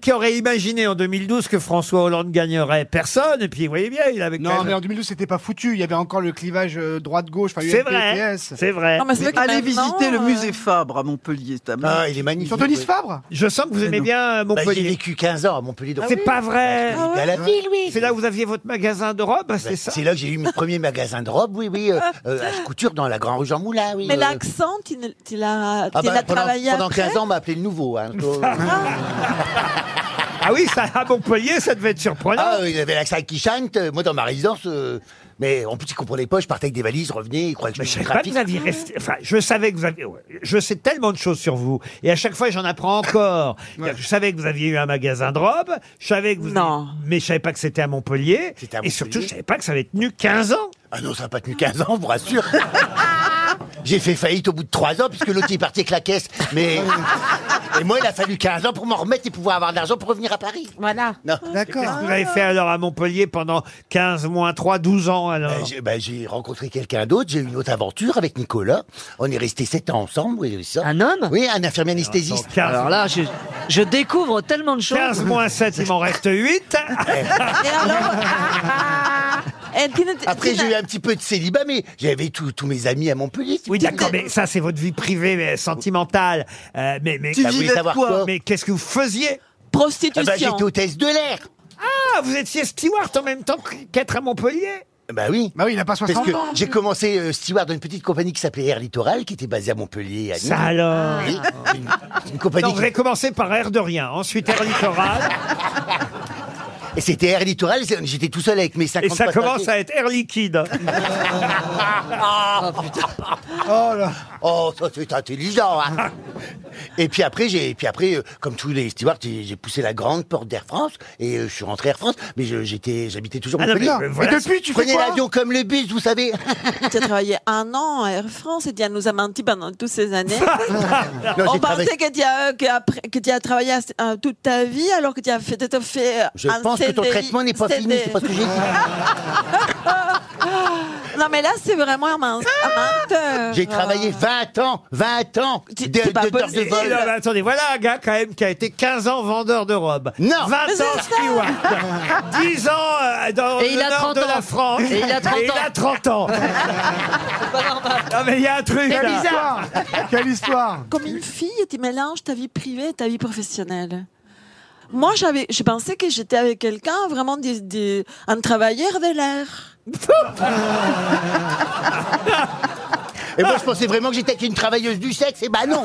qui aurait imaginé en 2012 que François Hollande gagnerait Personne. Et puis, vous voyez bien, il avait quand Non, même- mais en 2012, c'était pas foutu. Il y avait encore le clivage euh, droite-gauche. enfin, C'est UMP, vrai, PS. c'est Eh, vrai. Allez visiter euh, le musée Fabre à Montpellier. c'est amusant. il est magnifique. Sur Denis Fabre Je sens que vous aimez non. bien euh, Bah, J'ai Ah, Montpellier. vécu 15 ans à Montpellier. donc- C'est pas vrai. Ah ouais. À la ville, oui. C'est là où vous aviez votre magasin de robes, Bah, c'est ça Ah. C'est là que j'ai eu mon premier magasin de robes, oui, oui, euh, euh, à couture dans la Grand Rue Jean Moulin, oui. Mais Euh, l'accent, tu ne- tu l'as ah tu bah, l'as pendant, travaillé pendant après 15 ans, on m'a appelé le nouveau. hein. Ah oui, ça, à Montpellier, ça devait être surprenant. ah, il avait l'accent qui chante. euh, Moi, dans ma résidence, euh, mais en plus, ils comprenaient pas. Je partais avec des valises, revenais, ils croyaient que Mais je je suis savais pas que graphiste. vous aviez resté- Enfin, je savais que vous aviez. ouais, Je sais tellement de choses sur vous. Et à chaque fois, j'en apprends encore. C'est-à-dire que Je savais que vous aviez eu un magasin de robes. Je savais que vous. Non. Mais je savais pas que c'était à Montpellier. C'était à Et surtout, Montpellier. je savais pas que ça avait tenu 15 ans. Ah non, ça n'a pas tenu 15 ans, je vous rassure. J'ai fait faillite au bout de 3 ans, puisque l'autre est parti avec la caisse. Mais. Et moi, il a fallu 15 ans pour m'en remettre et pouvoir avoir de l'argent pour revenir à Paris. Voilà. D'accord. Qu'est-ce que vous avez fait alors à Montpellier pendant 15 moins 3, 12 ans alors Euh, j'ai- bah, j'ai rencontré quelqu'un d'autre, j'ai eu une autre aventure avec Nicolas. On est resté 7 ans ensemble. Oui, ça. Un homme Oui, un infirmier anesthésiste. 15, Alors là, je, je découvre tellement de choses. 15 moins 7, il m'en reste Ah, 8. Et alors Et Eh, tu ne- tu Après, n'as- j'ai eu un petit peu de célibat, mais j'avais tous tous mes amis à Montpellier. Oui, d'accord, mais ça, c'est votre vie privée, mais sentimentale. Euh, mais mais, Tu Ah, vous vivais voulez de savoir quoi Mais qu'est-ce que vous faisiez Ah bah, Prostitution. J'étais hôtesse de l'air. Ah, vous étiez steward en même temps qu'être à Montpellier Bah oui. Bah oui, il a pas 60 Parce que ans. j'ai commencé euh, steward dans une petite compagnie qui s'appelait Air Littoral, qui était basée à Montpellier. et à Nîmes. Ça alors Oui, une, une compagnie. Non, vous avez commencé par air de rien, ensuite air littoral, Et c'était Air Littoral. c'est- J'étais tout seul avec mes 50 et ça passagers. commence à être air liquide. Oh là. Oh, ça c'est intelligent. hein. et puis après, j'ai, puis après, euh, comme tous les stewards, j'ai j'ai poussé la grande porte d'Air France et euh, je suis rentré Air France. Mais je- j'étais, j'habitais toujours Ah non, Montpellier. mais, euh, Et voilà, depuis, tu fais prenais quoi l'avion comme le bus, vous savez. Tu as travaillé un an à Air France et tu nous as menti pendant toutes ces années. Non, On pensait j'ai travaillé- que tu as, que après- que tu as travaillé euh, toute ta vie alors que tu as fait, tu t'as fait euh, Je un pense que ton CDI, traitement n'est pas fini. CD. C'est pas ce que j'ai dit. Non mais là c'est vraiment un men- un menteur. J'ai travaillé 20 ans, 20 ans de, C'est- c'est pas de- d'heures de Et- et possible. non, vol. mais attendez, voilà un gars quand même qui a été 15 ans vendeur de robes. Non. 20 Mais c'est ans ça. steward. 10 ans euh, dans Et le il a nord 30 de la ans. France. Et il a 30 Et il ans. a 30 ans. non mais il y a un truc C'est là. bizarre. Quelle histoire Comme une fille, tu mélanges ta vie privée et ta vie professionnelle. Moi, j'avais, je pensais que j'étais avec quelqu'un vraiment des- des- un travailleur de l'air. Eh ben Et moi, je pensais vraiment que j'étais une travailleuse du sexe. Et bah non.